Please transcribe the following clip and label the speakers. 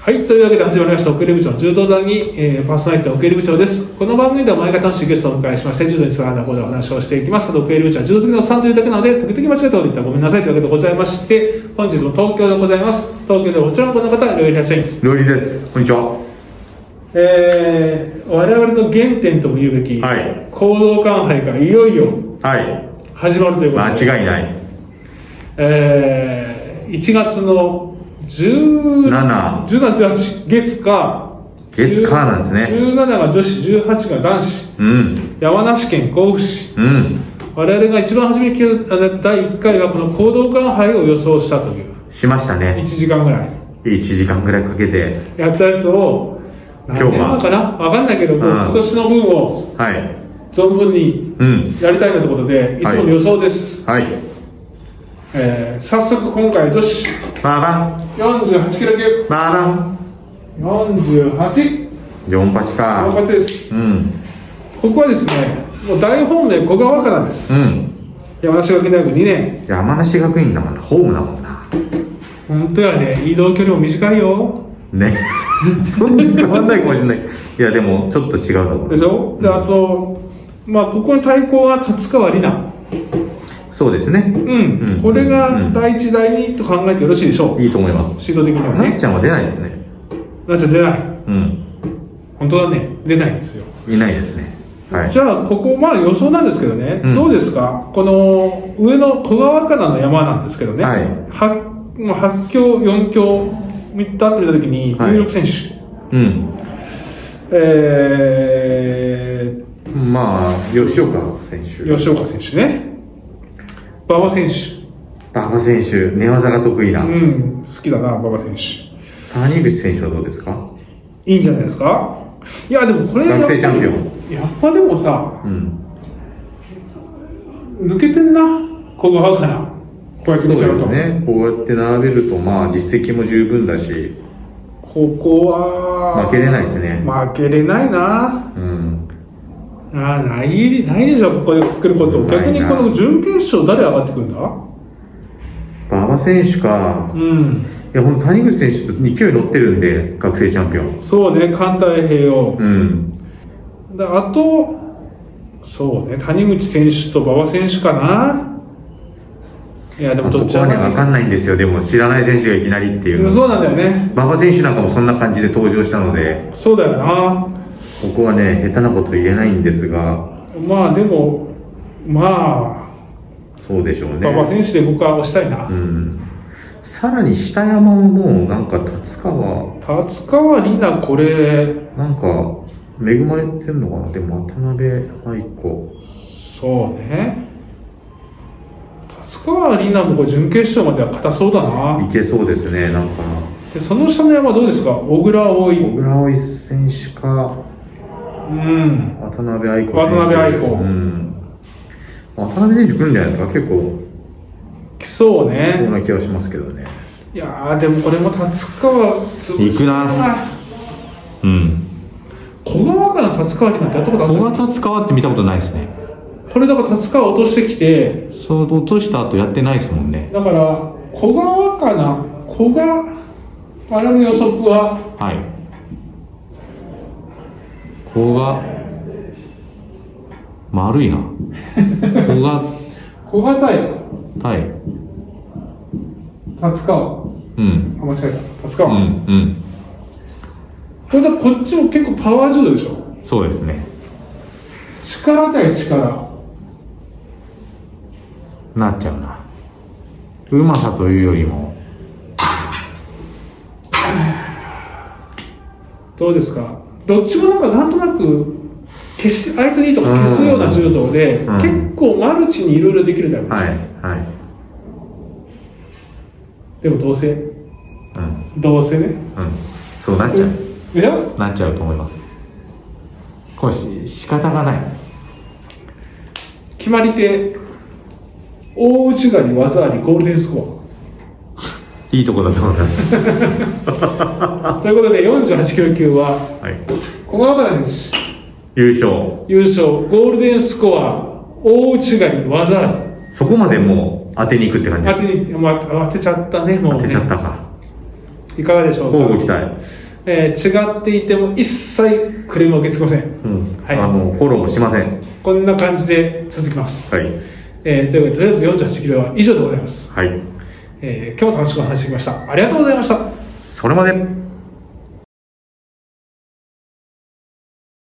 Speaker 1: はい、というわけで始まりました、奥入部長の柔道団に、えーパーソナリティの奥入部長です。この番組では毎回楽しいゲストをお迎えしまして、柔道につながることでお話をしていきます。ただ奥入部長は柔道好きのおっさんというだけなので、時々間違えたこと言ったらごめんなさいというわけでございまして、本日も東京でございます。東京でもちろんこの方、いろいろいらっしゃいます。
Speaker 2: 料理です。こんにちは。
Speaker 1: えー、我々の原点とも言うべき、
Speaker 2: はい
Speaker 1: 行動館杯がいよいよ
Speaker 2: はい。
Speaker 1: 始まるということ
Speaker 2: 間
Speaker 1: で、
Speaker 2: 違いない。
Speaker 1: えー、1月の10
Speaker 2: 7
Speaker 1: 17 18月か
Speaker 2: 月かなんですね
Speaker 1: 17が女子18が男子
Speaker 2: うん。
Speaker 1: 山梨県甲府市
Speaker 2: うん。
Speaker 1: 我々が一番初めに聞いたあの第1回はこの行動館杯を予想したという
Speaker 2: しました
Speaker 1: 1
Speaker 2: ね。
Speaker 1: 時間ぐらい
Speaker 2: 1時間ぐらいかけて。
Speaker 1: やったやつを
Speaker 2: 今日は
Speaker 1: 何年前かな分かんないけどもう
Speaker 2: うん
Speaker 1: 今年の分を
Speaker 2: はい。
Speaker 1: 存分に
Speaker 2: うん。
Speaker 1: やりたいなということでいつもの予想です、
Speaker 2: はい。
Speaker 1: えー早速今回女子
Speaker 2: バーバン。
Speaker 1: 48キロ級
Speaker 2: バーバン。
Speaker 1: 48
Speaker 2: 48
Speaker 1: この
Speaker 2: か。
Speaker 1: 感じです
Speaker 2: うん。
Speaker 1: ここはですねもう大本命小川からです
Speaker 2: うん。
Speaker 1: 山梨学院大学2年
Speaker 2: 山梨学院だもんな。ホームだもんな。
Speaker 1: 本当やね移動距離も短いよ
Speaker 2: ね。 そんなに変わんないかもしれない。いや、でも、ちょっと違うだろ
Speaker 1: で
Speaker 2: う。
Speaker 1: しょであとまあここに対抗は立川里奈
Speaker 2: そうですね。
Speaker 1: うん、
Speaker 2: うん
Speaker 1: これが第一第二と考えてよろしいでしょう
Speaker 2: いいと思います。
Speaker 1: シード的には
Speaker 2: なっ
Speaker 1: ね
Speaker 2: ちゃんは出ないですね。
Speaker 1: なっちゃん出ない
Speaker 2: うん。
Speaker 1: 本当だね出ないんですよ、
Speaker 2: いないですね。はい
Speaker 1: じ。ゃあここまあ予想なんですけどね、
Speaker 2: うん
Speaker 1: どうですかこの上の小川かなの山なんですけどね、
Speaker 2: はい
Speaker 1: はもう8強4強見たって見た時に
Speaker 2: はい
Speaker 1: 有力選手、
Speaker 2: うん。
Speaker 1: えー、
Speaker 2: まあ、吉岡選手。
Speaker 1: 吉岡選手ね馬場選手
Speaker 2: 馬場選手、寝技が得意な、
Speaker 1: うん好きだな馬場選手
Speaker 2: 谷口選手はどうですか
Speaker 1: いいんじゃないですかいやでもこれ
Speaker 2: 学生チャンピオ
Speaker 1: ンやっぱでもさ
Speaker 2: うん。
Speaker 1: 抜けてんな小川かなこうやって
Speaker 2: そう
Speaker 1: 見ちゃ
Speaker 2: で
Speaker 1: うと
Speaker 2: すね。こうやって並べると、まあ、実績も十分だし、
Speaker 1: ここは
Speaker 2: 負けれないですね。
Speaker 1: 負けれないな
Speaker 2: うん。
Speaker 1: あーないないでしょここで来ること
Speaker 2: ないな
Speaker 1: 逆にこの準決勝誰上がってくるんだ
Speaker 2: 馬場選手か
Speaker 1: う、ん
Speaker 2: いや、ほんと谷口選手と勢い乗ってるんで、学生チャンピオン。
Speaker 1: そうね環太平洋
Speaker 2: うん。
Speaker 1: であとそうね谷口選手と馬場選手かないやでも
Speaker 2: まあこ
Speaker 1: どっち
Speaker 2: こ
Speaker 1: も
Speaker 2: はね、わかんないんですよ。でも、知らない選手がいきなりっていうの。
Speaker 1: そうなんだよね
Speaker 2: 馬場選手なんかもそんな感じで登場したので、
Speaker 1: そうだよな
Speaker 2: ここはね、下手なこと言えないんですが、
Speaker 1: まあでもま
Speaker 2: そうでしょう
Speaker 1: あ
Speaker 2: ね。
Speaker 1: 馬場選手で僕は押したいな、
Speaker 2: うんさらに下山ももうなんか立川
Speaker 1: 立川里奈これ
Speaker 2: なんか恵まれてるのかなでも渡辺愛子
Speaker 1: そうね立川里奈もこれ準決勝までは硬そうだない
Speaker 2: けそうですねなんか
Speaker 1: でその下の山どうですか小倉
Speaker 2: 小
Speaker 1: 葵
Speaker 2: 倉葵選手か
Speaker 1: うん
Speaker 2: 渡辺愛子選手
Speaker 1: 渡辺愛子
Speaker 2: うん渡辺選手来るんじゃないですか結構
Speaker 1: 来そう
Speaker 2: そう
Speaker 1: ね
Speaker 2: な気がしますけどね
Speaker 1: いやーでもこれも立川潰す
Speaker 2: 行くなうん
Speaker 1: 小川から立川になんてやったことある
Speaker 2: 立川って見たことないですね
Speaker 1: これだから立川落としてきて
Speaker 2: その落とした後やってないですもんね
Speaker 1: だから小川かな小川我々の予測は
Speaker 2: はいここが丸いなここが
Speaker 1: 小川対
Speaker 2: 対
Speaker 1: 立川
Speaker 2: うん
Speaker 1: あ間違えた立
Speaker 2: うん
Speaker 1: 川、
Speaker 2: うん
Speaker 1: これだこっちも結構パワー柔道でしょ
Speaker 2: そうですね
Speaker 1: 力対力
Speaker 2: なっちゃうなうまさというよりも
Speaker 1: どうですかどっちもなんかなんとなく消し相手のいいとこ消すような柔道で、
Speaker 2: うん
Speaker 1: 結構マルチにいろいろできるじゃない、
Speaker 2: はいはい
Speaker 1: でもどうせ
Speaker 2: うん
Speaker 1: どうせね
Speaker 2: うんそうなっちゃう、
Speaker 1: でしょ
Speaker 2: なっちゃうと思いますこれし仕方がない
Speaker 1: 決まり手大内刈り技ありゴールデンスコ
Speaker 2: いいとこだと思います
Speaker 1: アということで48キロ級は
Speaker 2: はい
Speaker 1: 小川原選
Speaker 2: 優勝
Speaker 1: 手優勝ゴールデンスコア大内刈り技あり
Speaker 2: そこまでもう当てに行くって感じ
Speaker 1: 当てに、まあ、当てちゃったねもう
Speaker 2: 当
Speaker 1: ね
Speaker 2: てちゃったか
Speaker 1: いかがでしょうか
Speaker 2: 交互期待。
Speaker 1: えー違っていても一切クレームは受け付けません
Speaker 2: うん。
Speaker 1: はい
Speaker 2: あの、フォローもしません。は
Speaker 1: こんな感じで続きます、
Speaker 2: い。
Speaker 1: えーということでとりあえず48キロは以上でございます、
Speaker 2: はい。
Speaker 1: えー今日も楽しくお話しできましたありがとうございました
Speaker 2: それまで。